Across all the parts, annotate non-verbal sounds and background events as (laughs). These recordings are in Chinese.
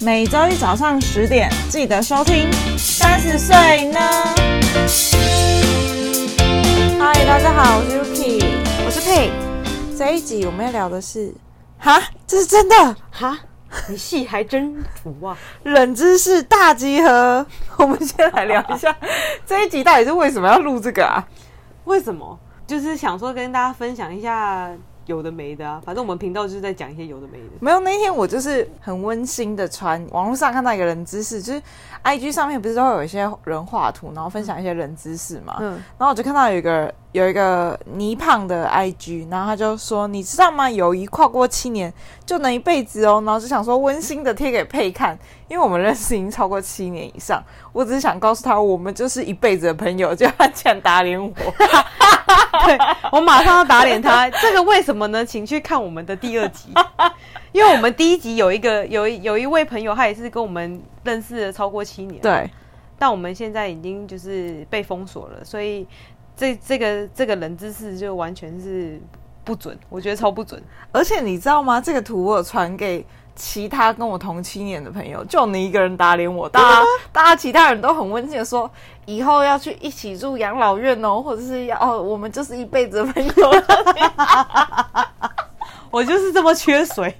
每周一早上十点记得收听。三十岁呢？嗨，大家好，我是 Yuki。我是佩，这一集我们要聊的是，哈，这是真的哈，你戏还真足啊！冷知识大集合。我们先来聊一下这一集到底是为什么要录这个啊？ (laughs) 为什么？就是想说跟大家分享一下有的没的啊。反正我们频道就是在讲一些有的没的。 (laughs) 没有，那天我就是很温馨的传网络上看到一个人知识，就是 I G 上面不是都会有一些人画图，然后分享一些人知识嘛。嗯，然后我就看到有一个有一个泥胖的 I G，然后他就说：“你知道吗？友谊跨过七年就能一辈子哦。”然后就想说温馨的贴给佩看，因为我们认识已经超过七年以上。我只是想告诉他，我们就是一辈子的朋友，就他竟然打脸我。我马上要打脸他。这个为什么呢？请去看我们的第二 (laughs) 集，因为我们第一集有一个有一有一位朋友，他也是跟我们认识了超过七年，，对，但我们现在已经就是被封锁了，所以这这个这个冷知识就完全是不准，我觉得超不准。而且你知道吗？这个图我有传给其他跟我同七年的朋友，就你一个人打脸我，大家大家其他人都很温馨的说，以后要去一起住养老院哦，或者是要哦，我们就是一辈子的朋 (laughs) 友。我就是这么缺 (laughs) 水。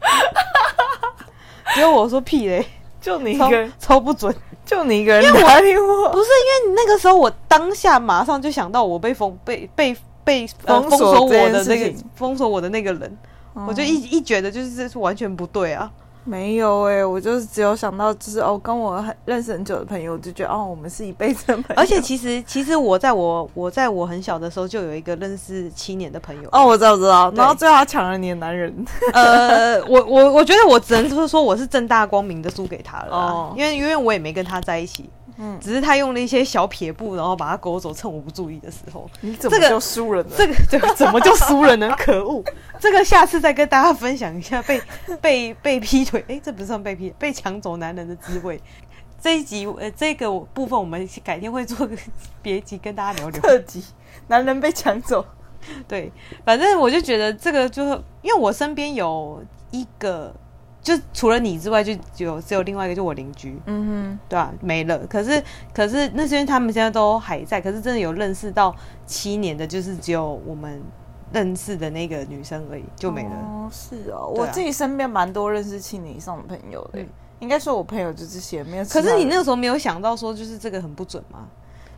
结果我说屁嘞，就你一超个人，超不准。就你一个人打脸我，不是因为你那个时候，我当下马上就想到我被封被被被、呃封封锁锁我这件的事那个情封锁我的那个人，我就一一觉得就是这是完全不对啊。没有哎、我就是只有想到就是哦，跟我很认识很久的朋友，我就觉得哦，我们是一辈子的朋友。而且其实其实我在我我在我很小的时候就有一个认识七年的朋友，哦，我知道，我知道。对然后最后他抢了你的男人，呃，我我我觉得我只能说说我是正大光明的输给他了啦，哦因为因为我也没跟他在一起，嗯只是他用了一些小撇步，然后把他勾走，趁我不注意的时候，你怎么么就就输了呢？这个这个怎么就输了呢？可恶！这个下次再跟大家分享一下被 (laughs) 被被劈腿，哎，这不算被劈，被抢走男人的滋味。这一集呃，这个部分我们改天会做个别集跟大家聊 (laughs) (laughs) 聊。特辑，男人被抢走。对，反正我就觉得这个就是，因为我身边有一个，就除了你之外，就只有只有另外一个，就我邻居，嗯对吧、没了。可是可是那些人他们现在都还在，可是真的有认识到七年的，就是只有我们认识的那个女生而已，就哼，没了。哦，是哦，对我啊自己身边蛮多认识七年以上的朋友的、嗯应该说，我朋友就这些，没有其他可人。是你那个时候没有想到说，就是这个很不准 (laughs) 吗？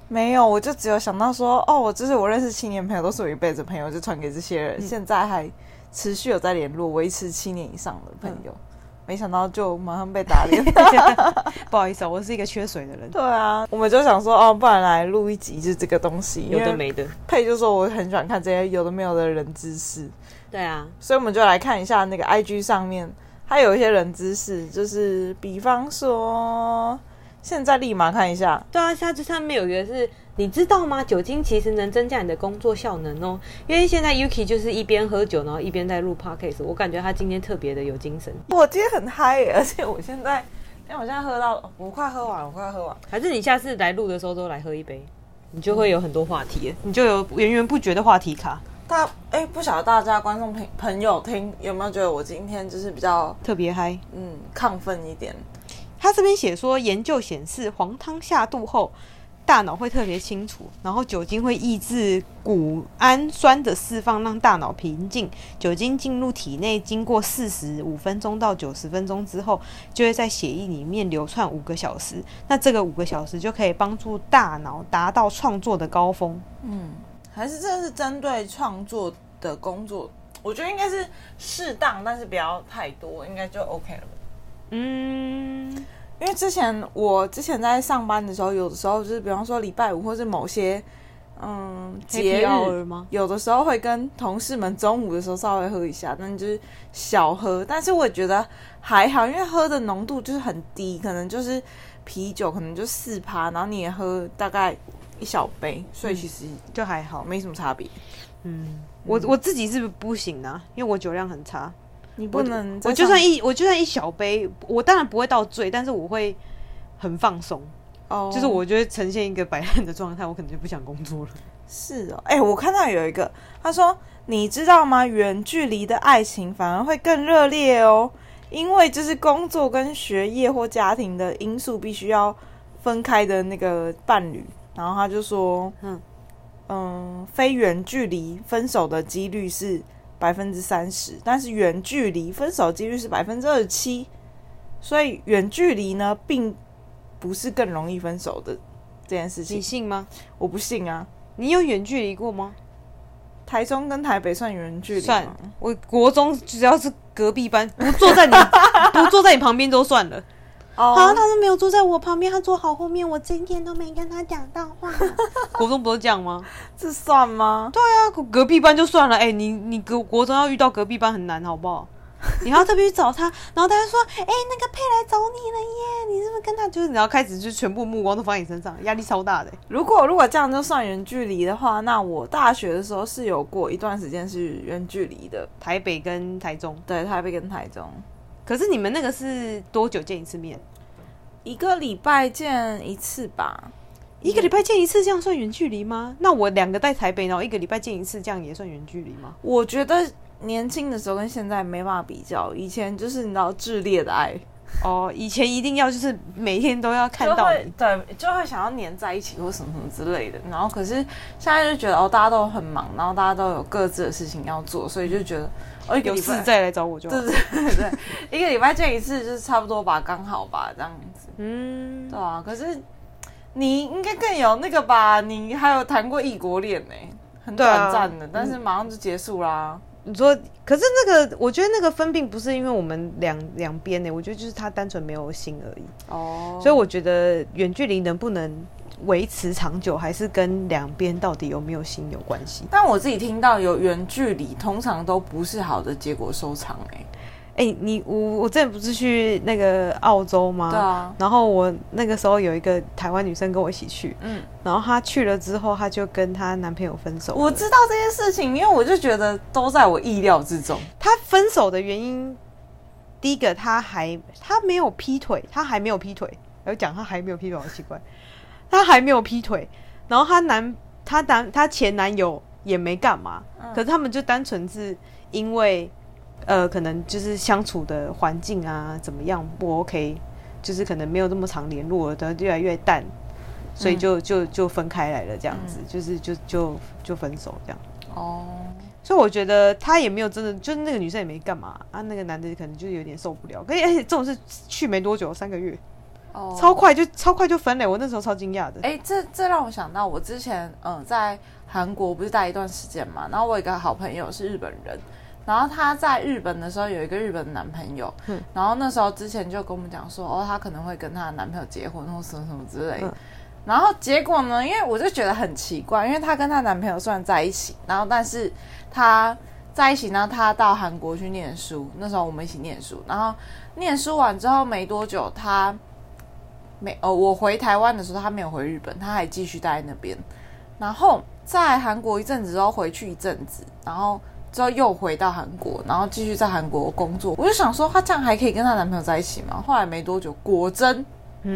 没有，我就只有想到说，哦，我就是我认识七年朋友，都是我一辈子朋友，就传给这些嗯人，现在还持续有在联络，维持七年以上的朋友。嗯没想到就马上被打脸。 (laughs) 不好意思、啊，我是一个缺水的人，对啊，我们就想说，哦，不然来录一集，就是这个东西。有因的为没的。佩就说我很喜欢看这些有的没有的人知识，对啊，所以我们就来看一下那个 IG 上面，它有一些人知识，就是比方说，现在立马看一下，对啊，它这上面有一个是，你知道吗？酒精其实能增加你的工作效能哦。因为现在 Yuki 就是一边喝酒，然后一边在录 podcast，我感觉他今天特别的有精神。我今天很嗨耶，而 (laughs) 且我现在，因为我现在喝到，我快喝完了，我快喝完了。还是你下次来录的时候都来喝一杯，你就会有很多话题，嗯你就有源源不绝的话题卡，大哎、不晓得大家观众朋朋友听有没有觉得我今天就是比较特别嗨。嗯亢奋一点？他这边写说，研究显示黄汤下肚后，大脑会特别清楚，然后酒精会抑制谷氨酸的释放，让大脑平静。酒精进入体内，经过四十五分钟到九十分钟之后，就会在血液里面流窜五个小时。那这个五个小时就可以帮助大脑达到创作的高峰。还是这是针对创作的工作？我觉得应该是适当，但是不要太多，应该就 OK 了。嗯，因为之前我之前在上班的时候，有的时候就是比方说礼拜五或是某些嗯节日吗？有的时候会跟同事们中午的时候稍微喝一下，但就是小喝。但是我觉得还好，因为喝的浓度就是很低，可能就是啤酒，可能就四趴，然后你也喝大概一小杯，所嗯以其实就还好。没什么差别。嗯，我我自己是不行啊，因为我酒量很差。你不我能我在就上算一我就算一小杯，我当然不会到醉，但是我会很放松，哦，就是我就会呈现一个摆烂的状态，我可能就不想工作了。是哦，哎、我看到有一个，他说，你知道吗？远距离的爱情反而会更热烈哦，因为就是工作跟学业或家庭的因素必须要分开的那个伴侣，然后他就说，嗯嗯非远距离分手的几率是百分之三十，但是远距离分手几率是百分之二十七，所以远距离呢，并不是更容易分手的这件事你情，信吗？我不信啊。你有远距离过吗？台中跟台北算远距离吗算，我国中只要是隔壁班，不坐 (laughs) 在你不坐在你旁边都算了。哦啊，他是没有坐在我旁边，他坐好后面，我今天都没跟他讲到话。 (laughs) 国中不都这样吗？这算吗？那隔壁班就算了，哎、你你隔国中要遇到隔壁班很难，好 (laughs) 不好？你还要特别去找他，然后他就说：“哎、那个佩来找你了耶，你是不是跟他？”就是你要开始，就全部目光都放在你身上，压力超大的、如果如果这样就算远距离的话，那我大学的时候是有过一段时间是远距离的，台北跟台中，对，台北跟台中，可是你们那个是多久见一次面？一个礼拜见一次吧。一个礼拜见一次，这样算远距离吗？那我两个在台北，然后一个礼拜见一次，这样也算远距离 (laughs) 吗？我觉得年轻的时候跟现在没办法比较，以前就是你知道炽烈的爱，哦，以前一定要就是每天都要看就到会你，对，就会想要黏在一起或什么什么之类的。然后可是现在就觉得哦，大家都很忙，然后大家都有各自的事情要做，所以就觉得哦，一个有礼事拜再来找我就好对。对对，一个礼拜见一次就是差不多吧，刚好吧，这样子。嗯对，啊，可是你应该更有那个吧？你还有谈过异国恋呢、很对啊短暂的，但是马上就结束啦。你说，可是那个，我觉得那个分病不是因为我们两两边欸呢，我觉得就是他单纯没有心而已。哦，所以我觉得远距离能不能维持长久，还是跟两边到底有没有心有关系。但我自己听到有远距离，通常都不是好的结果收场哎、哎、你我我之前不是去那个澳洲吗？对啊，然后我那个时候有一个台湾女生跟我一起去，嗯，然后她去了之后，她就跟她男朋友分手了。我知道这件事情，因为我就觉得都在我意料之中。她分手的原因，第一个她还她没有劈腿，她还没有劈腿，有讲她还没有劈腿，好奇怪，她还没有劈腿，然后她男她男她前男友也没干嘛，可是他们就单纯是因为呃，可能就是相处的环境啊怎么样不 OK，就是可能没有这么常联络了，然后越来越淡。所以就就就分开来了，这样子，就是就就就分手这样。哦，所以我觉得他也没有真的，就是那个女生也没干嘛啊，那个男的可能就有点受不了。可是而且这种是去没多久，三个月，哦超快就超快就分了。我那时候超惊讶的。哎、这这让我想到，我之前嗯、呃在韩国不是待一段时间嘛，然后我有一个好朋友是日本人，然后她在日本的时候有一个日本的男朋友，嗯然后那时候之前就跟我们讲说，哦，她可能会跟她的男朋友结婚或什么什么之类的。嗯然后结果呢？因为我就觉得很奇怪，因为她跟她男朋友虽然在一起，然后但是她在一起呢，她到韩国去念书，那时候我们一起念书，然后念书完之后没多久，她没呃，我回台湾的时候，他没有回日本，他还继续待在那边。然后在韩国一阵子之后回去一阵子，然后之后又回到韩国，然后继续在韩国工作。我就想说，她这样还可以跟她男朋友在一起嗯吗？后来没多久，果真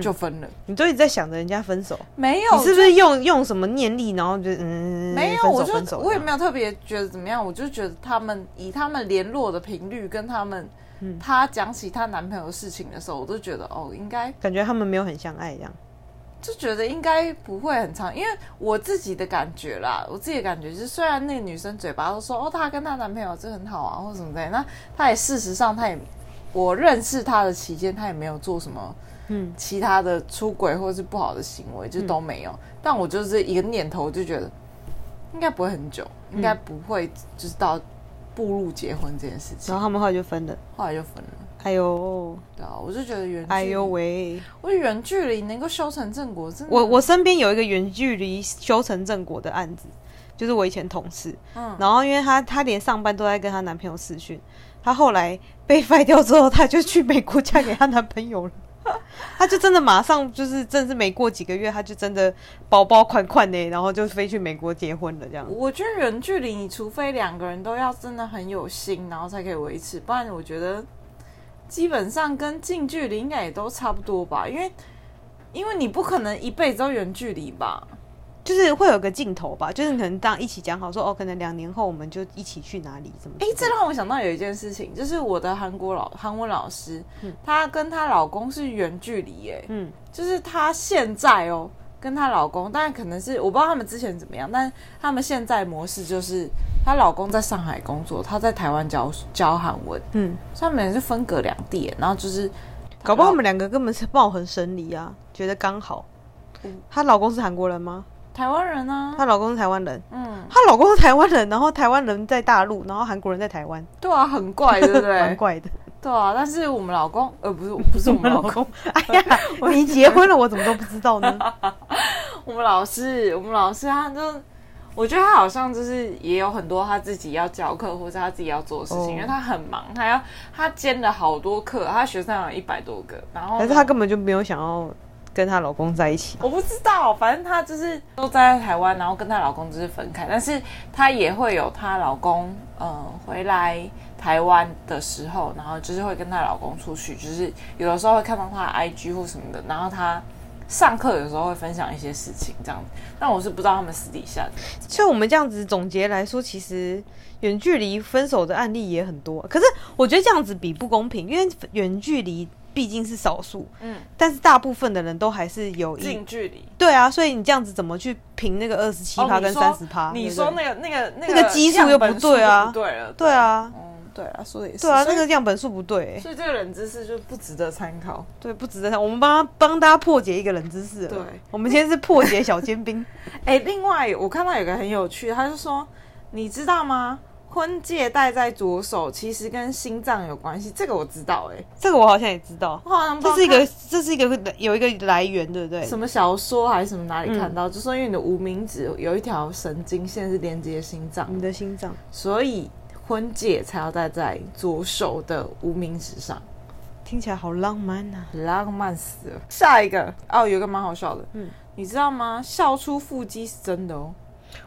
就分了。你都一直在想着人家分手，没有，你是不是用用什么念力，然后就嗯没有，分手我就分手我也这样没有特别觉得怎么样，我就觉得他们以他们联络的频率跟他们，嗯她讲起她男朋友的事情的时候，我都觉得哦，应该感觉他们没有很相爱这样。就觉得应该不会很长，因为我自己的感觉啦，我自己的感觉就是，虽然那个女生嘴巴都说哦，她跟她男朋友就很好啊，或什么之类的，那她也事实上，她也我认识她的期间，她也没有做什么嗯其他的出轨或是不好的行为，就都没有。但我就是一个念头，就觉得应该不会很久，应该不会就是到步入结婚这件事情然后，他们后来就分了。后来就分了。哎呦对啊，我就觉得远距离，哎呦喂！我远距离能够修成正果，真的我我身边有一个远距离修成正果的案子，就是我以前同事，嗯然后因为她她连上班都在跟她男朋友视讯，她后来被 (laughs) f 掉之后，她就去美国嫁给她男朋友了。 (laughs) 她就真的马上就是，真的是没过几个月，她就真的包包款款的，然后就飞去美国结婚了，这样。我觉得远距离，你除非两个人都要真的很有心，然后才可以维持，不然我觉得基本上跟近距离应该也都差不多吧，因为因为你不可能一辈子都远距离吧，就是会有个镜头吧，就是可能当一起讲好说哦，可能两年后我们就一起去哪里怎么哎、之类的？这让我想到有一件事情，就是我的韩国老韩文老师，她、跟她老公是远距离耶、嗯，就是她现在哦跟她老公，当然可能是我不知道他们之前怎么样，但他们现在模式就是她老公在上海工作，她在台湾教教韩文，嗯，所以他们也是分隔两地耶、然后就是搞不好我们两个根本是貌合神离啊，觉得刚好。嗯她老公是韩国人吗？台湾人啊，她老公是台湾人，嗯，她老公是台湾人，然后台湾人在大陆，然后韩国人在台湾，对啊，很怪，对不蛮对？怪的。 (laughs) 对啊，但是我们老公，呃，不是 (laughs) 不是我们老公，哎呀，你结婚了，我怎么都不知 (laughs) 道呢？我们老师，我们老师他就，我觉得他好像就是也有很多他自己要教课或者他自己要做的事情哦因为他很忙，他要他兼了好多课，他学生有一百多个，然后还是她根本就没有想要跟她老公在一起？我不知道，反正她就是都在台湾，然后跟她老公就是分开，但是她也会有她老公，嗯，回来台湾的时候，然后就是会跟她老公出去，就是有的时候会看到她的 IG 或什么的，然后她上课有时候会分享一些事情这样子，但我是不知道他们私底下的所以我们这样子总结来说，其实远距离分手的案例也很多。可是我觉得这样子比不公平，因为远距离毕竟是少数，嗯，但是大部分的人都还是有一近距离。对啊，所以你这样子怎么去评那个二十七趴哦跟你说三十趴？你对不说对那个那个那啊那个基数样又本不对数啊就不对了，对，啊，嗯，对啊，说的也是，对啊，所那以个样本数不对、欸所以这个冷知识就不值得参考。对，不值得。我们帮他帮大家破解一个冷知识了。对我们今天是破解小尖 (laughs) 兵。哎、另外我看到有个很有趣，他就说，你知道吗？婚戒戴在左手，其实跟心脏有关系。这个我知道、哎，这个我好像也知道，我好像不这知道是一个看这是一个有一个来源，对不对？什么小说还是什么哪嗯里看到，就说因为你的无名指有一条神经线是连接心脏，你的心脏。所以婚戒才要戴在左手的无名指上。听起来好浪漫啊呐、浪漫死了。下一个哦，有一个蛮好笑的，嗯嗯，你知道吗？笑出腹肌是真的哦。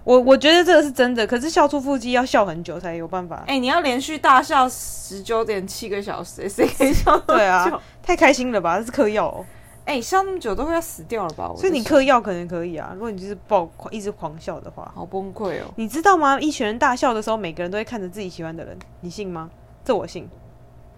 我我觉得这个是真的，可是笑出腹肌要笑很久才有办法。哎、你要连续大笑十九点七个小时，谁可以笑那么久？对啊，太开心了吧？这是嗑药、哦，哎、笑那么久都快要死掉了吧？我所以你在想嗑药可能可以啊。如果你就是爆一直狂笑的话，好崩溃哦。你知道吗？一群人大笑的时候，每个人都会看着自己喜欢的人，你信吗？这我信，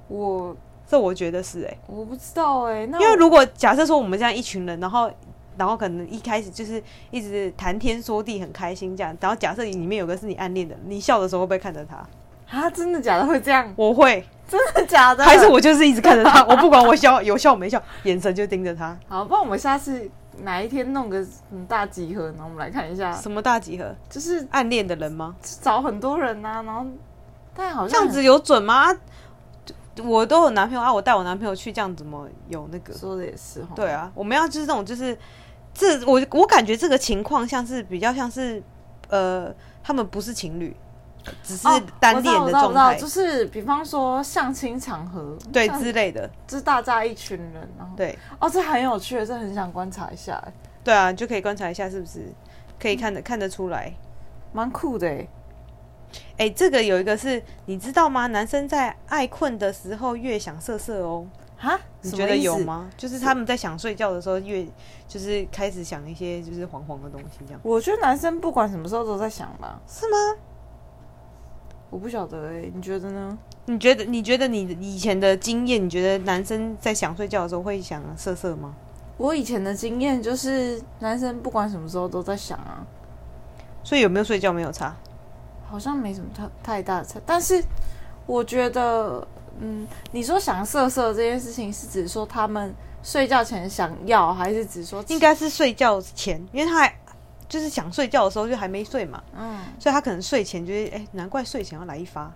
我这我觉得是哎、我不知道哎、那因为我如果假设说我们这样一群人，然后然后可能一开始就是一直谈天说地，很开心这样，然后假设里面有个是你暗恋的，你笑的时候会不会看着他？啊，真的假的会这样？ (laughs) 我会。真的假的？还是我就是一直看着 (laughs) 他，我不管我笑有笑没笑，眼神就盯着他。好，不然我们下次哪一天弄个很大集合，然后我们来看一下，什么大集合？就是暗恋的人吗？找很多人呐、然后但好这像样很子有准吗？啊我都有男朋友啊，我带我男朋友去，这样怎么有那个？说的也是哦哈，对啊，我们要就是那种就是这我我感觉这个情况像是比较像是呃，他们不是情侣，只是哦单恋我的知道我状知道我态知道，就是比方说相亲场合，对像之类的，就是大家一群人，然后对哦，这很有趣，这很想观察一下，哎对啊，你就可以观察一下是不是可以看得看得出来。蛮酷的哎，哎、这个有一个是你知道吗？男生在爱困的时候越想色色哦，哈，你什觉么得意思有？吗？就是他们在想睡觉的时候越就是开始想一些就是黄黄的东西，这样我觉得男生不管什么时候都在想吧，是吗？我不晓得哎，你觉得呢？你觉得你觉得你以前的经验，你觉得男生在想睡觉的时候会想色色吗？我以前的经验就是，男生不管什么时候都在想啊，所以有没有睡觉没有差？好像没什么太太大的差，但是我觉得，嗯，你说想色色这件事情是指说他们睡觉前想要，还是指说应该是睡觉前，因为他还就是想睡觉的时候就还没睡嘛，嗯？所以他可能睡前就是哎、难怪睡前要来一发，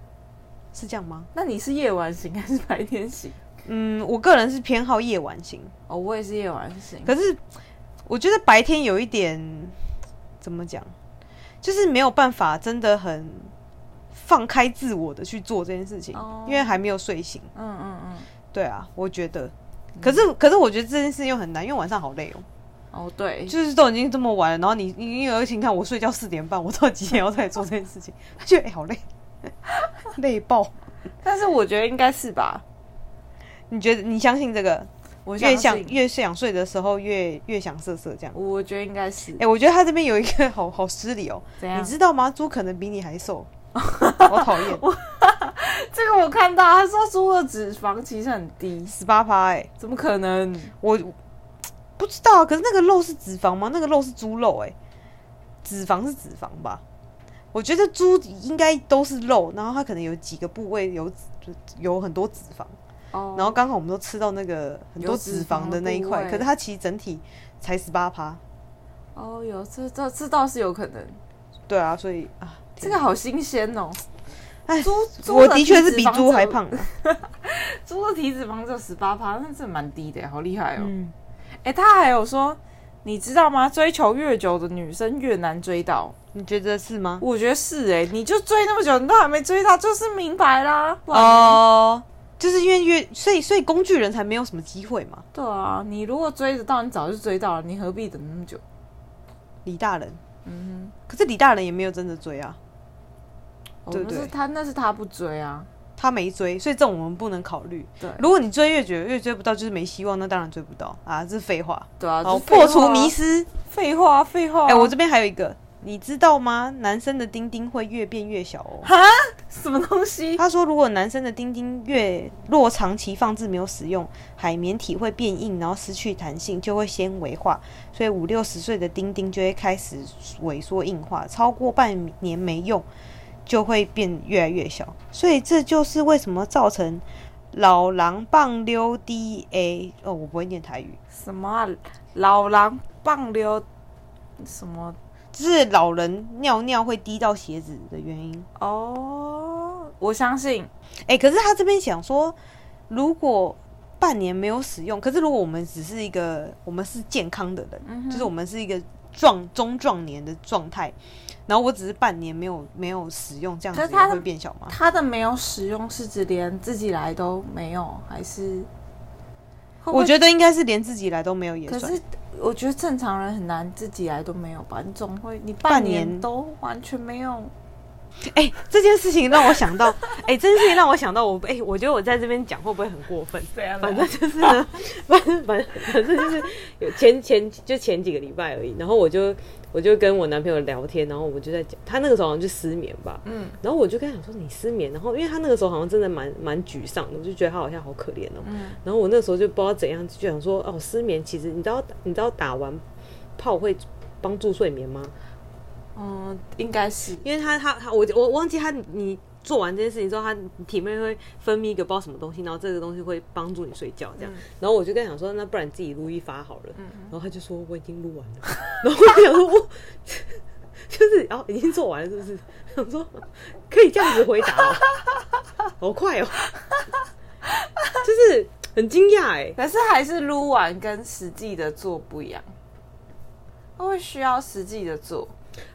是这样吗？那你是夜晚型还是白天型？嗯，我个人是偏好夜晚型。 (laughs) 哦，我也是夜晚型。可是我觉得白天有一点怎么讲，就是没有办法真的很放开自我的去做这件事情，哦因为还没有睡醒。嗯嗯嗯，对啊，我觉得。可是，可是我觉得这件事又很难，因为晚上好累哦、哦对，就是都已经这么晚了，然后你你你有情看我睡觉四点半，我到几点要再做这 (laughs) 件事情？觉得哎、好累，累爆。但是我觉得应该是吧。你觉得你相信这个？我越想相信越想睡的时候越越想色色这样。我觉得应该是哎、我觉得他这边有一个好好失礼哦，怎你样？知道吗？猪可能比你还 (laughs) 瘦，好讨厌，这个我看到，他说猪的脂肪其实很低，十八趴哎，怎么可能？我不知道啊，可是那个肉是脂肪吗？那个肉是猪肉哎、脂肪是脂肪吧？我觉得猪应该都是肉，然后它可能有几个部位有就有很多脂肪，哦然后刚好我们都吃到那个很多有脂脂肪的肪的那一部块，位可是它其实整体才十八趴，哦，有这这这倒是有可能，对啊，所以啊，这个好新鲜哦。哎猪，猪我体的确是脂比肪只猪有还，胖啊，猪的体脂肪只有十八趴，那真的蛮低的，好厉害哦。嗯，哎、他还有说，你知道吗？追求越久的女生越难追到。嗯你觉得是吗？我觉得是哎、你就追那么久，你都还没追到，就是明白啦。不然哦、就是因为越所以所以工具人才没有什么机会嘛，对啊，你如果追得到，你早就追到了，你何必等那么久？李大人，嗯可是李大人也没有真的追啊，哦对那对是他那是他不追啊。他没追，所以这种我们不能考虑。对如果你追越久越追不到，就是没希望，那当然追不到啊，这是废话。对啊，好，就废话破啊除迷。思。废话，废话。哎、我这边还有一个，你知道吗？男生的丁丁会越变越小哦。什么东西？他说，如果男生的丁丁越若长期放置没有使用，海绵体会变硬，然后失去弹性，就会纤维化，所以五六十岁的丁丁就会开始萎缩硬化，超过半年没用，就会变越来越小。所以这就是为什么造成老狼棒溜 DA 哦，我不会念台语，什么啊？老狼棒溜什么？就是老人尿尿会滴到鞋子的原因。哦，我相信。哎、可是他这边想说，如果半年没有使用，可是如果我们只是一个，我们是健康的人，嗯就是我们是一个壮中壮年的状态，然后我只是半年没有没有使用，这样子可也是他会变小吗？他的没有使用是指连自己来都没有，还是？会不我会觉得应该是连自己来都没有也可算是。我觉得正常人很难自己来都没有吧？你总会你半半年年都完全没有，哎、这件事情让我想到， (laughs) 哎、这件事情让我想到我，哎、我觉得我在这边讲会不会很过分？对啊， (laughs) 反正就是呢，反正反正反正就是有前前就前几个礼拜而已，然后我就我就跟我男朋友聊天，然后我们就在讲，他那个时候好像就失眠吧，嗯然后我就跟他讲说你失眠，然后因为他那个时候好像真的蛮蛮沮丧的，我就觉得他好像好可怜哦、嗯然后我那时候就不知道怎样，就想说哦，失眠其实你知道你知道打完炮会帮助睡眠吗？嗯，应该是因为他他他，我我忘记他你做完这件事情之后，他体内会分泌一个不知道什么东西，然后这个东西会帮助你睡觉这样。然后我就跟他讲说，那不然自己录一发好了。然后他就说我已经录完了， (laughs) 然后我就想说我就是然后、已经做完了是不是？想说可以这样子回答、哦， (laughs) 好快哦，就是很惊讶哎。可是还是撸完跟实际的做不一样，它会需要实际的做。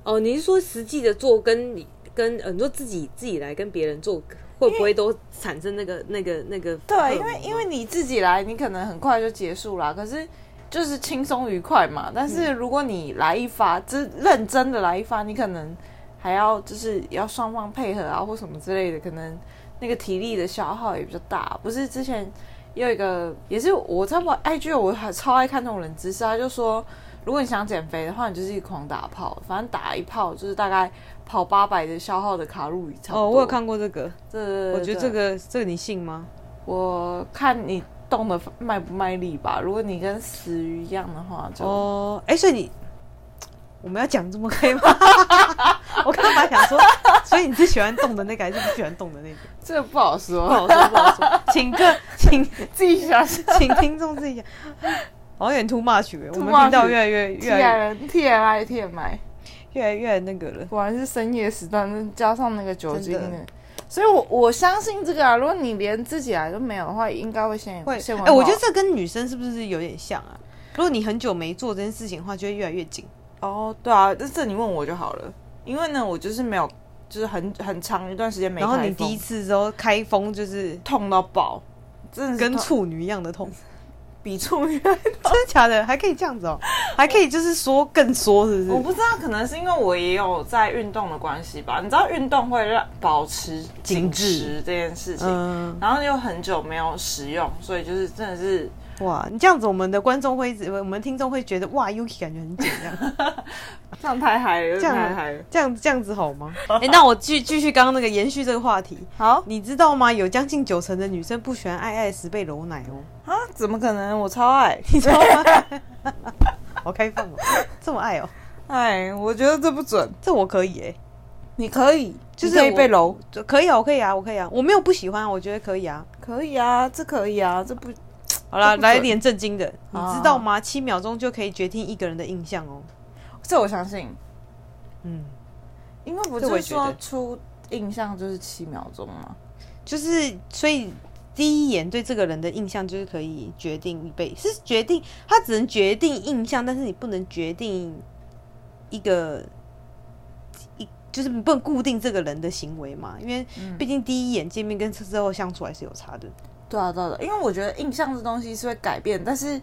哦，你是说实际的做跟你跟呃，你说自己自己来跟别人做，会不会都产生那个那个那个荷尔对，蒙吗？嗯因为因为你自己来，你可能很快就结束啦。可是就是轻松愉快嘛。但是嗯如果你来一发，就是认真的来一发，你可能还要就是要双方配合啊，或什么之类的，可能那个体力的消耗也比较大。不是之前也有一个，也是我差不多 IG 我还超爱看那种人知识，他啊就说。如果你想减肥的话，你就是一直狂打炮，反正打一炮就是大概跑八百的消耗的卡路里差不多。哦，我有，看过这个，对对对我觉得对这个这个你信吗？我看你动的卖不卖力吧。如果你跟死鱼一样的话，就、哦，哎、所以你我们要讲这么黑吗？ (laughs) 我刚刚本来想说，所以你是喜欢动的那个，还是不喜欢动的那个？这个不好说，不好说，不好说，请各请 (laughs) 自己想想。请听众自己讲，好像有点 too much，欸我 Too 们 much 频道越来越 (laughs) 越来 TMI TMI TMI，越来越那个了。果然是深夜时段，加上那个酒精真的的，所以我我相信这个啊。如果你连自己来都没有的话，应该会先会，先哎、闻我到觉得这跟女生是不是有点像啊？如果你很久没做这件事情的话，就会越来越紧。哦，对啊，这这你问我就好了，因为呢，我就是没有，就是很很长一段时间没然后开你封第一次之后开封就是痛到爆，真的是跟痛处女一样的痛，比处女真的假的？还可以这样子哦、还可以就是说更说，是不我是？不知道，可能是因为我也有在运动的关系吧。你知道，运动会让保持紧紧致实这件事情，嗯，然后又很久没有使用，所以就是真的是哇，你这样子，我们的观众会一直，我们听众会觉得哇，Yuki 感觉很 (laughs) 紧这样， (laughs) 这样太嗨了，这这样样太嗨了。这样这样子好吗？ (laughs) 哎、那我继继续刚刚那个延续这个话题，好你知道吗？有将近九成的女生不喜欢爱爱时被揉奶哦，啊，怎么可能？我超爱， (laughs) 你知道吗？好开 (laughs) 放哦，这么爱哦，哎，我觉得这不准。这我可以哎、你可以，就是你可以我被揉，这可以啊，我可以啊，我可以啊，我没有不喜欢啊，我觉得可以啊。可以啊，这可以啊，这不好啦，这不准来一点震惊的，你啊知道吗？七秒钟就可以决定一个人的印象哦。这我相信，嗯，因为不这我是也觉得说出印象就是七秒钟吗？就是所以第一眼对这个人的印象就是可以决定一辈，是决定他只能决定印象，但是你不能决定一个一就是你不能固定这个人的行为嘛，因为毕竟第一眼见面跟之后相处还是有差的。对啊，对啊，对啊因为我觉得印象这东西是会改变，但是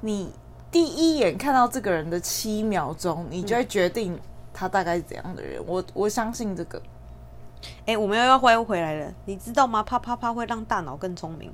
你第一眼看到这个人的七秒钟，你就会决定他大概是怎样的嗯人。我我相信这个哎、我们又要歪回来了，你知道吗？啪啪啪会让大脑更聪明，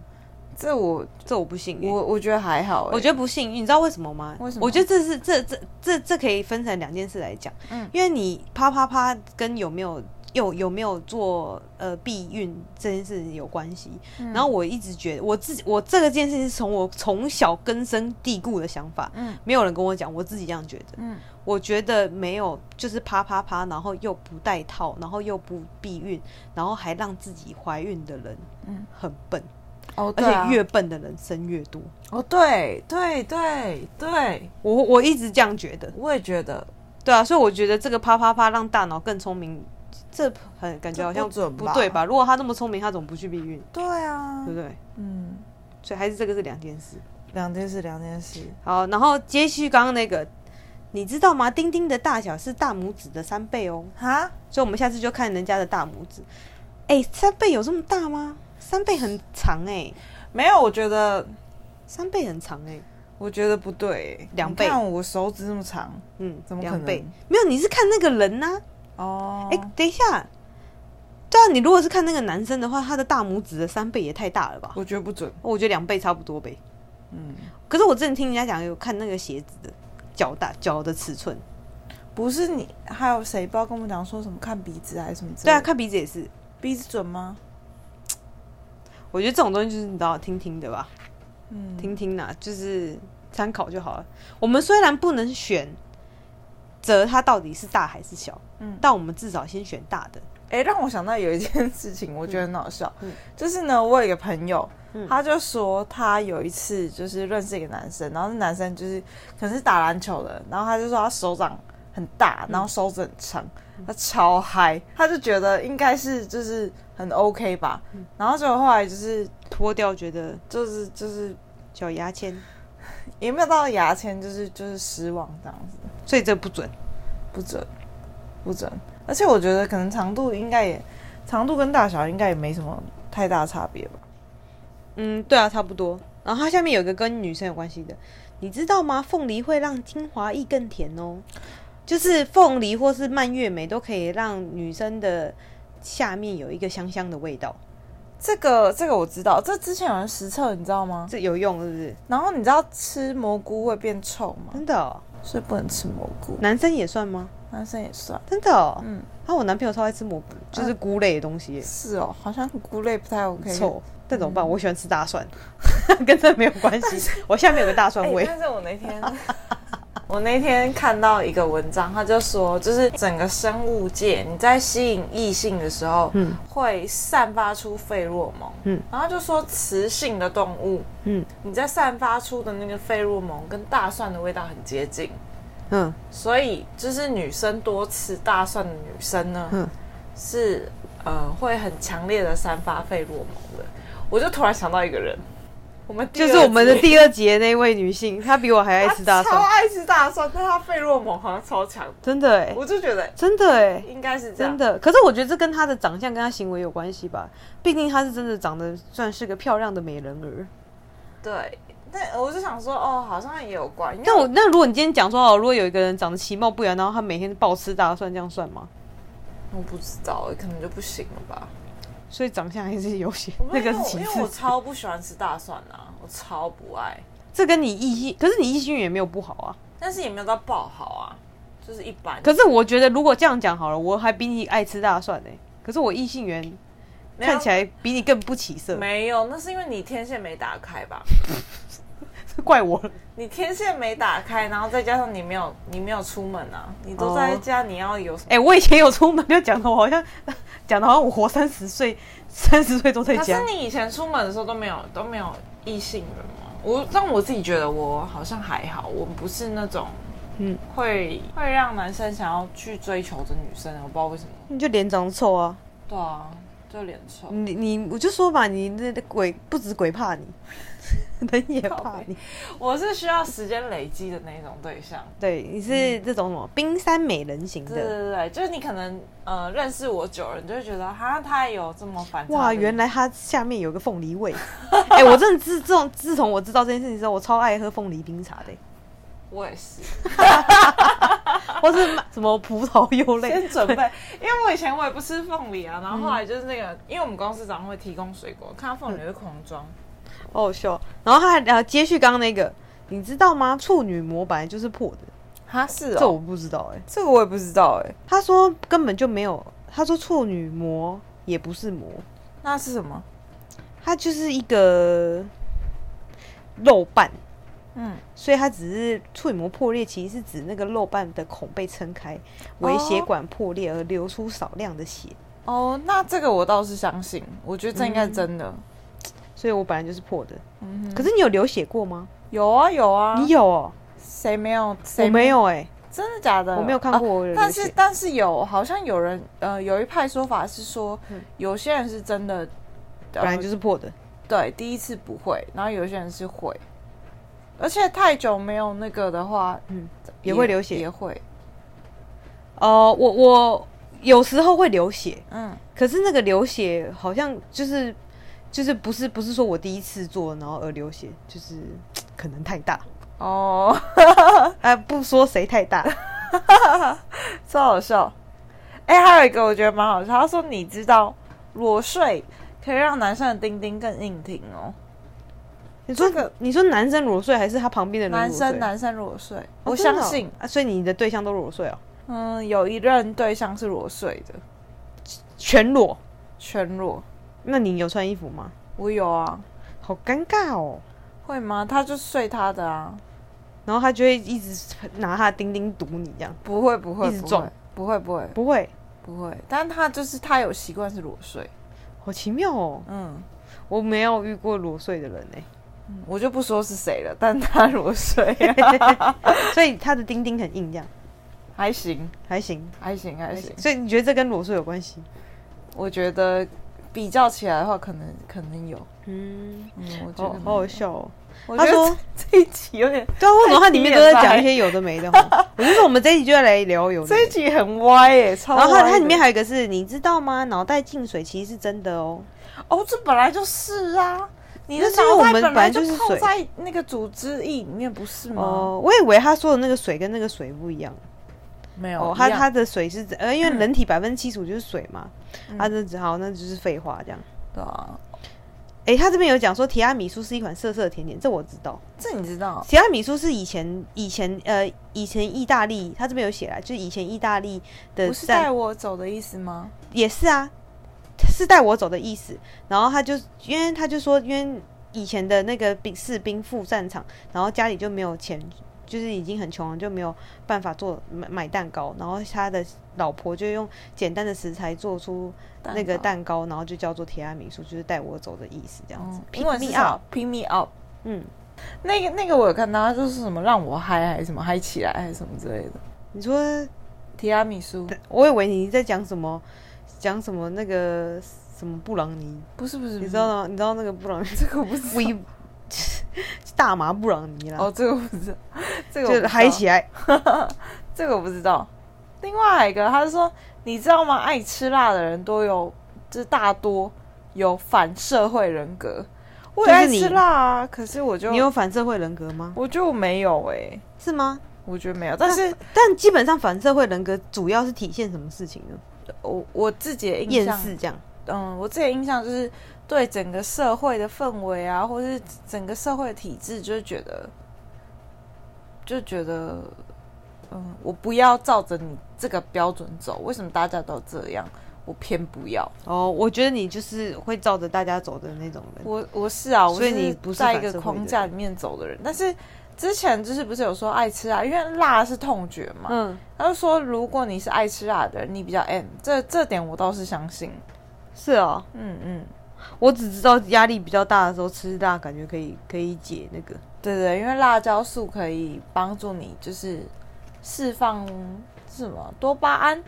这我这我不信、欸。我我觉得还好、欸，我觉得不信，你知道为什么吗？为什么我觉得这是这这这这可以分成两件事来讲，嗯因为你啪啪啪跟有没有有有没有做呃避孕这件事情有关系。嗯然后我一直觉得我自己我这个件事情是从我从小根深蒂固的想法，嗯没有人跟我讲，我自己这样觉得。嗯我觉得没有，就是啪啪啪，然后又不戴套，然后又不避孕，然后还让自己怀孕的人，嗯，很笨，哦，而对啊且越笨的人生越多。哦，对对对对，我我一直这样觉得，我也觉得对啊，所以我觉得这个啪啪啪让大脑更聪明，这很感觉好像这不准吧对吧？如果他那么聪明，他怎么不去避孕？对啊对不，对？嗯，所以还是这个是两件事。两件事，两件事，好，然后接续刚刚那个，你知道吗？丁丁的大小是大拇指的三倍哦，哈，所以我们下次就看人家的大拇指。哎，三倍有这么大吗？三倍很长哎、没有，我觉得三倍很长哎、我觉得不对、欸，两倍你看我手指那么长嗯，怎么可两能倍？没有，你是看那个人呐、哦，哎、等一下，对啊，你如果是看那个男生的话，他的大拇指的三倍也太大了吧？我觉得不准，我觉得两倍差不多呗。嗯，可是我之前听人家讲，有看那个鞋子的脚大脚的尺寸，不是你，还有谁不知道跟我们讲说什么看鼻子还是什么之类对啊，的？看鼻子也是。鼻子准吗？我觉得这种东西就是你知道，听听的吧，嗯，听听啦，就是参考就好了。我们虽然不能选择它到底是大还是小，嗯但我们至少先选大的。哎、让我想到有一件事情，我觉得很好笑，嗯就是呢，我有一个朋友，嗯他就说他有一次就是认识一个男生，然后那男生就是可能是打篮球的，然后他就说他手掌很大，然后手指很长，嗯他超嗨，他就觉得应该是就是很 OK 吧，嗯然后结果后来就是脱掉觉得就是就是小牙签，也没有到牙签，就是就是失望这样子，所以这不准。不准，不准，而且我觉得可能长度应该也长度跟大小应该也没什么太大差别吧。嗯，对啊，差不多。然后它下面有一个跟女生有关系的，你知道吗？凤梨会让精华液更甜哦，就是凤梨或是蔓越莓都可以让女生的下面有一个香香的味道，这个这个我知道，这之前有人实测，你知道吗？这有用是不是？然后你知道吃蘑菇会变臭吗？真的、哦，所以不能吃蘑菇，男生也算吗？男生也算。真的、哦，嗯，啊，我男朋友超爱吃蘑菇，就是菇类的东西耶，是哦，好像菇类不太 OK。臭。那怎么嗯办？我喜欢吃大蒜， (laughs) 跟这没有 (laughs) 关系。我下面有个大蒜哎，味，但是我那天，我那天看到一个文章，他就说，就是整个生物界，你在吸引异性的时候，嗯会散发出费洛蒙，嗯然后就说雌性的动物，嗯你在散发出的那个费洛蒙跟大蒜的味道很接近，嗯，所以就是女生多吃大蒜的女生呢，嗯是呃会很强烈的散发费洛蒙的。我就突然想到一个人，我们第就二是我们的集第二集的那位女性，她比我还爱吃大她超蒜，爱吃大蒜，但她费洛蒙好像超强，真的哎。我就觉得真的哎，应该是这样真。的。可是我觉得这跟她的长相跟她行为有关系吧，毕竟她是真的长得算是个漂亮的美人儿。对，但我就想说，哦，好像也有关。因为但我那如果你今天讲说哦，如果有一个人长得其貌不扬，然后他每天暴吃大蒜，这样算吗？我不知道，欸可能就不行了吧。所以长相还是有些我不那知道个因是其为我因次为我。超不喜欢吃大蒜啊，我超不爱。这跟你异性，可是你异性缘也没有不好啊。但是也没有到爆好啊，就是一般。可是我觉得如果这样讲好了，我还比你爱吃大蒜呢、可是我异性缘没有看起来比你更不起色，没有，那是因为你天线没打开吧？怪我了。你天线没打开，然后再加上你没有你没有出门啊，你都哦在家，你要有什么？哎、我以前有出门，就讲的我好像讲的好像我活三十岁，三十岁都在可家是。你以前出门的时候都没有都没有异性缘吗？我让我自己觉得我好像还好，我不是那种嗯，会会让男生想要去追求的女生，我不知道为什么。你就脸长得臭啊！对啊，就脸臭。你你我就说吧，你那那鬼不止 (laughs) 鬼怕你，人也怕你。我是需要时间累积的那种对象。对，你是这种什么冰山美人型对对的。对对，嗯就是你可能呃认识我久了，你就会觉得哈，他也有这么反差的。哇，原来它下面有个凤 (laughs) 梨味。哎、我真的自自从自从我知道这件事情之后，我超爱喝凤梨冰茶的、我也是。或是买 (laughs) 什么葡萄柚类先。准备，因为我以前我也不吃凤梨啊，然嗯后后来就是那个，因为我们公司早上会提供水果，看到凤梨会狂装。好好笑。然后他还呃接续刚刚那个，你知道吗？处女膜本来就是破的，哈，是这我不知道哎、这个我也不知道哎、他说根本就没有，他说处女膜也不是膜，那是什么？它就是一个肉瓣，嗯，所以它只是处女膜破裂，其实是指那个肉瓣的孔被撑开，微血管破裂而流出少量的血。哦，那这个我倒是相信，我觉得这应嗯该是真的。所以我本来就是破的。嗯哼可是你有流血过吗？有啊有啊，你有哦，谁没有？我谁没？有哎、真的假的？我没有看啊过我有流但血。是但是有，好像有人呃，有一派说法是说，有些人是真的，嗯呃本来就是是破的。对第一次不会，然后有些人是会，而且太久没有那个的话，嗯也会流血也会，哦、我我有时候会流血，嗯，可是那个流血好像就是就是不是不是说我第一次做然后而流血，就是可能太大。哦，啊、不说谁太大，超好笑。哎、还有一个我觉得蛮好笑，他说你知道裸睡可以让男生的丁丁更硬挺哦，你说、这个你说男生裸睡还是他旁边的人男裸生睡男生裸睡，哦我真的相哦信，啊，所以你的对象都裸睡哦，嗯，有一任对象是裸睡的，全裸。全裸，那你有穿衣服吗？我有啊。好尴尬哦。会吗？他就睡他的啊，然后他就会一直拿他的钉钉堵你这样，不会不会一直不撞会不会不会不会，不会，但他就是他有习惯是裸睡，好奇妙哦。嗯，我没有遇过裸睡的人哎、我就不说是谁了，但他裸睡、 (laughs) 所以他的钉钉很硬这样，还行还行。还行还行，所以你觉得这跟裸睡有关系？我觉得比较起来的话，可能可能有，嗯，嗯，我觉好得好好笑哦。我觉他得说这 (laughs) 这一集有点，对啊，为什么它里面都在讲太一低些有的没的齁？我就说我们这一集就要来聊有 (laughs) 的这没一的。集很歪耶、超然后它歪它的里面还有一个是，你知道吗？脑袋进水其实是真的哦。哦，这本来就是啊。你的那是因为脑我袋们本本来来就是泡水在那个组织液里面，不是吗？哦，我以为他说的那个水跟那个水不一样。没有，哦，一它样它的水是呃，因为人体百分之七十五就是水嘛，嗯它这只好那就是废话这样。对啊，诶，他这边有讲说提拉米苏是一款涩涩甜点，这我知道。这你知道？提拉米苏是以前以前呃以前意大利，他这边有写来，就是以前意大利的不是在带我走的意思吗？也是啊，是带我走的意思。然后他就，因为他就说，因为以前的那个兵士兵赴战场，然后家里就没有钱，就是已经很穷了，就没有办法做买买蛋糕。然后他的老婆就用简单的食材做出那个蛋糕，然后就叫做提拉米苏，就是带我走的意思，这样子嗯。 Pick 英文是 me 啥 up， ？Pick me up。嗯，那个那个我有看到，它就是什么让我嗨还是什么嗨起来还是什么之类的。你说，提拉米苏我以为你在讲什么，讲什么那个什么布朗尼，不是不是，你不知是道吗？你知道那个布朗尼这个我不知道。微 (laughs) 大麻布朗尼啦，哦，这个我不知道，这个我不知就道嗨起来。这个我不知道。另外还有一个，他是说，你知道吗？爱吃辣的人都有，就是大多有反社会人格。我也就是爱你吃辣啊，可是我就你有反社会人格吗？我就没有哎、是吗？我觉得没有。但是但基本上反社会人格主要是体现什么事情呢？我我自己的印厌象世这样，嗯，我自己的印象就是对整个社会的氛围啊，或是整个社会的体制，就觉得就觉得，嗯，我不要照着你这个标准走，为什么大家都这样，我偏不要。哦，我觉得你就是会照着大家走的那种人。我我是啊，我所以你不是在一反个社会框的架里面走的人，但是之前就是不是有说爱吃辣，啊因为辣是痛觉嘛，嗯，他就说如果你是爱吃辣的人，你比较 M，这这点我倒是相信，是哦，嗯嗯，我只知道压力比较大的时候吃辣，感觉可以可以解那个。对对，因为辣椒素可以帮助你就是释放是什么多巴胺，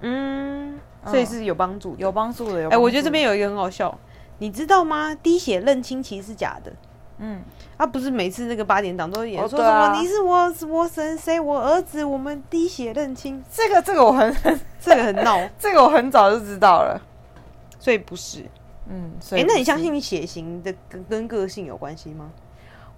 嗯，所以嗯是有帮助的。有帮助的，有哎、我觉得帮助的这边有一个很好笑，你知道吗？滴血认亲其实是假的。嗯，啊，不是每次那个八点档都演哦说对什么、啊你是我我神谁我儿子我们滴血 (laughs) 认亲，这个这个我很这个很闹，这个我很早就知道了，所以不是。嗯，所以哎、那不你是相？信血型的跟跟个性有关系吗？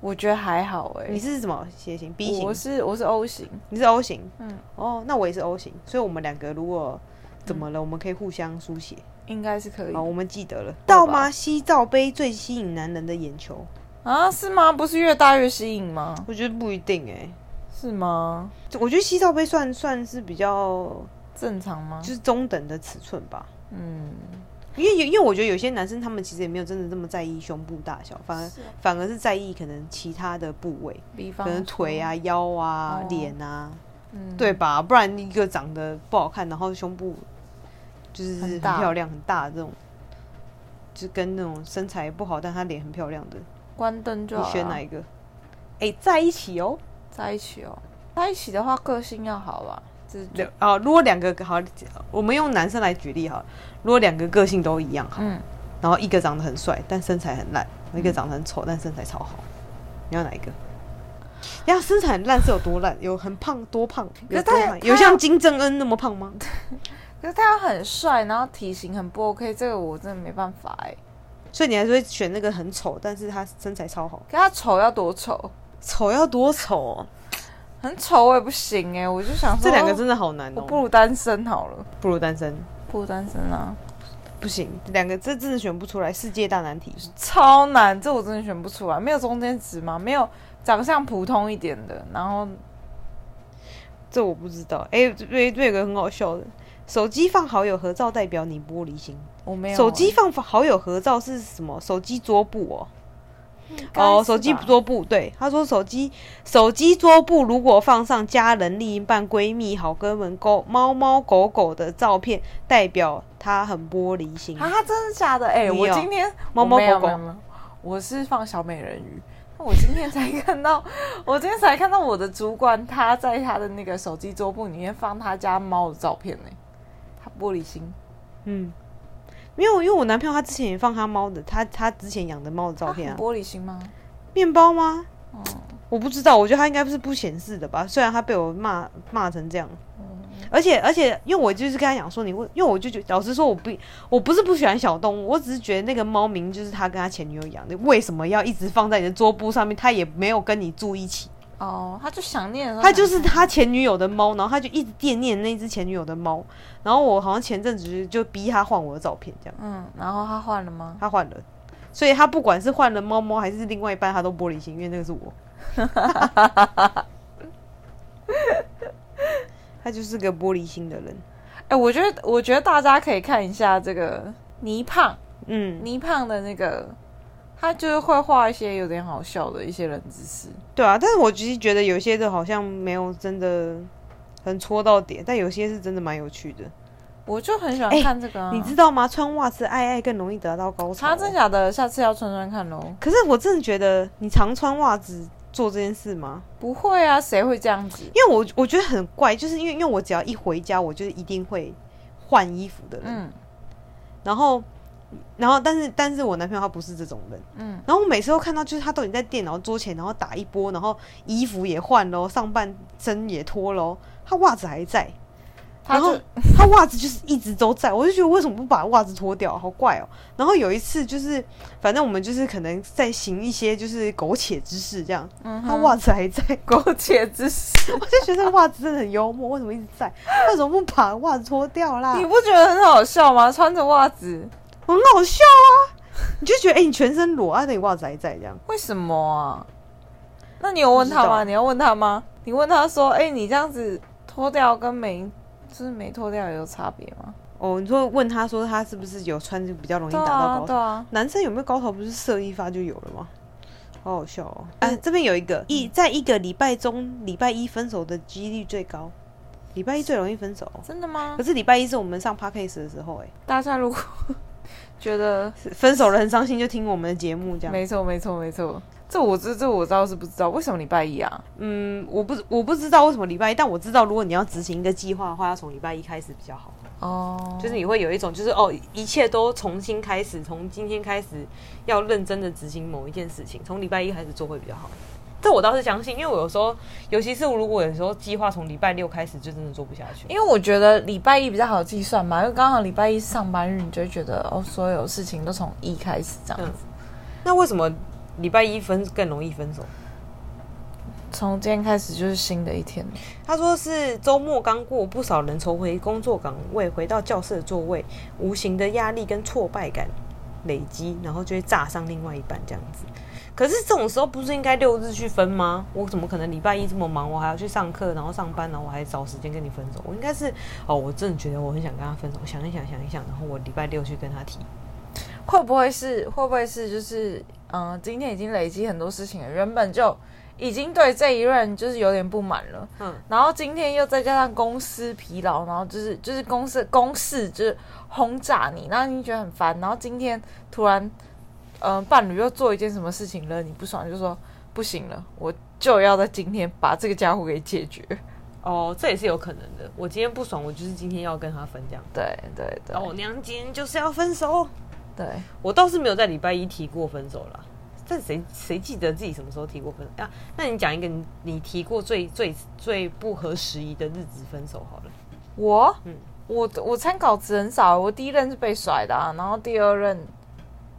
我觉得还好哎、你是什么血型？B 型我？是我是 O 型，你是 O 型？嗯，哦，那我也是 O 型，所以我们两个如果怎么了，我们可以互相书写。应该是嗯可以好，我们记得了。道道吧吗？西照杯最吸引男人的眼球，啊？是吗？不是越大越吸引吗？我觉得不一定哎、欸是吗？我觉得西照杯算算是比较正常吗就？是中等的尺寸吧。嗯，因为有因为我觉得有些男生他们其实也没有真的这么在意胸部大小，反而反而是在意可能其他的部位，比方可能腿啊、，腰啊哦、脸、啊，嗯，对吧？不然一个长得不好看，然后胸部就是很很大漂亮、很大的这种，就跟那种身材不好但他脸很漂亮的，关灯就好你了选哪一个？哎、在一起哦。在一起哦，在一起的话个性要好吧，这就两啊，如果两个好，我们用男生来举例好了。如果两个个性都一样好，嗯然后一个长得很帅，但身材很烂；一个长得很丑，但身材超好。你要哪一个？呀，身材很烂是有多烂？有很胖多胖？有是多他胖？他有像金正恩那么胖吗？ (laughs) 可是他要很帅，然后体型很不 OK，这个我真的没办法哎、所以你还是会选那个很丑，但是他身材超好。可他丑要多丑，丑要多丑、哦？很丑我也不行哎、我就想说这两个真的好难我哦。不如单身好了，不如单身，不如单身啊，不行，两个这真的选不出来，世界大难题。超难，这我真的选不出来，没有中间值吗？没有长相普通一点的，然后这我不知道。哎、这这这有个很好笑的，手机放好友合照代表你玻璃心。我没有手机欸放好友合照是什么？手机桌布哦。该哦，是手机吧桌布，对，他说手机手机桌布如果放上家人、另一半、闺蜜、好哥们、狗猫猫狗狗的照片，代表他很玻璃心。啊，真的假的？哎、你我有今天猫我猫没有狗没有狗没有我是放小美人鱼。那我今天才看到，我今天才看到我的主管他在他的那个手机桌布里面放他家猫的照片呢、他玻璃心，嗯，没有，因为我男朋友他之前也放他猫的，他他之前养的猫的照片他啊很，玻璃心吗？面包吗？哦我不知道，我觉得他应该不是不显示的吧，虽然他被我骂骂成这样。而且而且，因为我就是跟他讲说，你为因为我就觉老实说，我不我不是不喜欢小动物，我只是觉得那个猫名就是他跟他前女友养的，为什么要一直放在你的桌布上面？他也没有跟你住一起，哦，他就想念的时候他就是想他前女友的猫，然后他就一直惦念那只前女友的猫。然后我好像前阵子就就逼他换我的照片，这样嗯，然后他换了吗？他换了，所以他不管是换了猫猫还是另外一半，他都玻璃心，因为那个 (laughs) 是我。他就是个玻璃心的人，哎、我觉得我觉得大家可以看一下这个倪胖，嗯，倪胖的那个，他就是会画一些有点好笑的一些人知识。对啊，但是我其实觉得有些的好像没有真的很戳到点，但有些是真的蛮有趣的，我就很喜欢哎看这个、啊你知道吗？穿袜子爱爱更容易得到高潮、他真假的，下次要穿穿看喽。可是我真的觉得你常穿袜子做这件事吗？不会啊，谁会这样子？因为我我觉得很怪，就是因为因为我只要一回家，我就是一定会换衣服的人，嗯然后，然后，但是，但是我男朋友他不是这种人。嗯，然后我每次都看到，就是他都已经在电脑桌前，然后打一波，然后衣服也换喽，上半身也脱喽，他袜子还在，他然 (laughs) 后就他袜子就是一直都在。我就觉得为什么不把袜子脱掉，好怪哦。然后有一次就是，反正我们就是可能在行一些就是苟且之事这样，嗯他哼袜子还在， (laughs) (laughs) 苟且之事，我就觉得这个袜子真的很幽默，为什么一直在？为什么不把袜子脱掉啦？你不觉得很好笑吗？穿着袜子，很好笑啊！你就觉得哎、你全身裸啊，等你袜子还在这样。为什么啊？那你有问他不知吗？道你要问他吗？你问他说：“哎、你这样子脱掉跟没，就是没脱掉有差别吗哦，你说问他说他是不是有穿就比较容？”易对达到啊高，潮？对啊，男生有没有高潮不是射一发就有了吗？好好笑哦！嗯哎、这边有一个一在一个礼拜中，礼拜一分手的几率最高，礼拜一最容易分手。真的吗可？是礼拜一是我们上 podcast 的时候、哎，大家如果 (laughs) 觉得是分手了很伤心，就听我们的节目这样。没错没错没错，这我这这我倒是不知道，为什么礼拜一啊？嗯，我不我不知道为什么礼拜一，但我知道如果你要执行一个计划的话，要从礼拜一开始比较好。哦，就是你会有一种，就是哦，一切都重新开始，从今天开始要认真的执行某一件事情，从礼拜一开始做会比较好。这我倒是相信，因为我有时候，尤其是如果有时候计划从礼拜六开始，就真的做不下去。因为我觉得礼拜一比较好计算嘛，因为刚好礼拜一上班日，你就会觉得哦，所有事情都从一开始这样子，那为什么礼拜一分更容易分手？从今天开始就是新的一天了。他说是周末刚过，不少人重回工作岗位，回到教室的座位，无形的压力跟挫败感累积，然后就会炸伤另外一半这样子。可是这种时候不是应该六日去分吗？我怎么可能礼拜一这么忙，我还要去上课，然后上班，然后我还找时间跟你分手？我应该是哦，我真的觉得我很想跟他分手，想一想，想一想，然后我礼拜六去跟他提。会不会是会不会是就是嗯、呃今天已经累积很多事情了，原本就已经对这一任就是有点不满了，嗯，然后今天又再加上公司疲劳，然后就是就是公司公事就是轰炸你，然后你觉得很烦，然后今天突然嗯、呃伴侣又做一件什么事情了，你不爽你就说不行了，我就要在今天把这个家伙给解决。哦，这也是有可能的。我今天不爽，我就是今天要跟他分这样。对对对、老哦娘今天就是要分手。对，我倒是没有在礼拜一提过分手啦。但谁谁记得自己什么时候提过分手啊？那你讲一个你你提过最最最不合时宜的日子分手好了。我嗯我我参考值很少，我第一任是被甩的、啊，然后第二任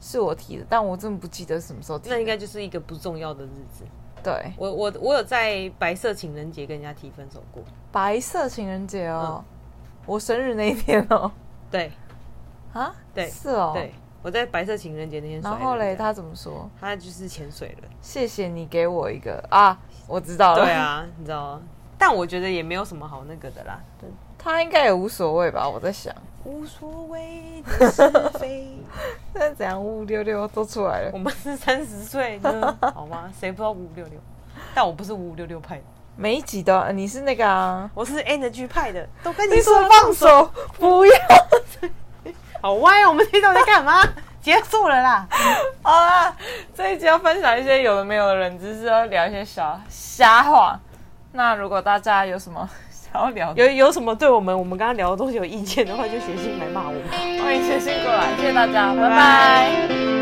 是我提的，但我真的不记得什么时候提的。那应该就是一个不重要的日子。对我我我有在白色情人节跟人家提分手过。白色情人节哦，嗯我生日那一天哦，对啊，对是哦，对，我在白色情人节那天甩了然人家。后嘞，他怎么说？他就是潜水了。谢谢你给我一个啊，我知道了。对，啊，你知道吗？但我觉得也没有什么好那个的啦，他应该也无所谓吧？我在想， (laughs) 无所谓的是非。那怎样五五六六都出来了我？们 (laughs) 是三十岁呢，好吗？谁不知道五五六六？但我不是五五六六派的，每一集都要，你是那个啊？我是 energy 派的。都跟你你说说放手，不要。好歪哦，我们这一段在干嘛？ (laughs) 结束了啦。好啦，这一集要分享一些有的没有的冷知识，要聊一些小瞎话。那如果大家有什么想要聊的，有有什么对我们我们刚刚聊的东西有意见的话，就写信来骂我们。欢迎写信过来，谢谢大家，拜拜。拜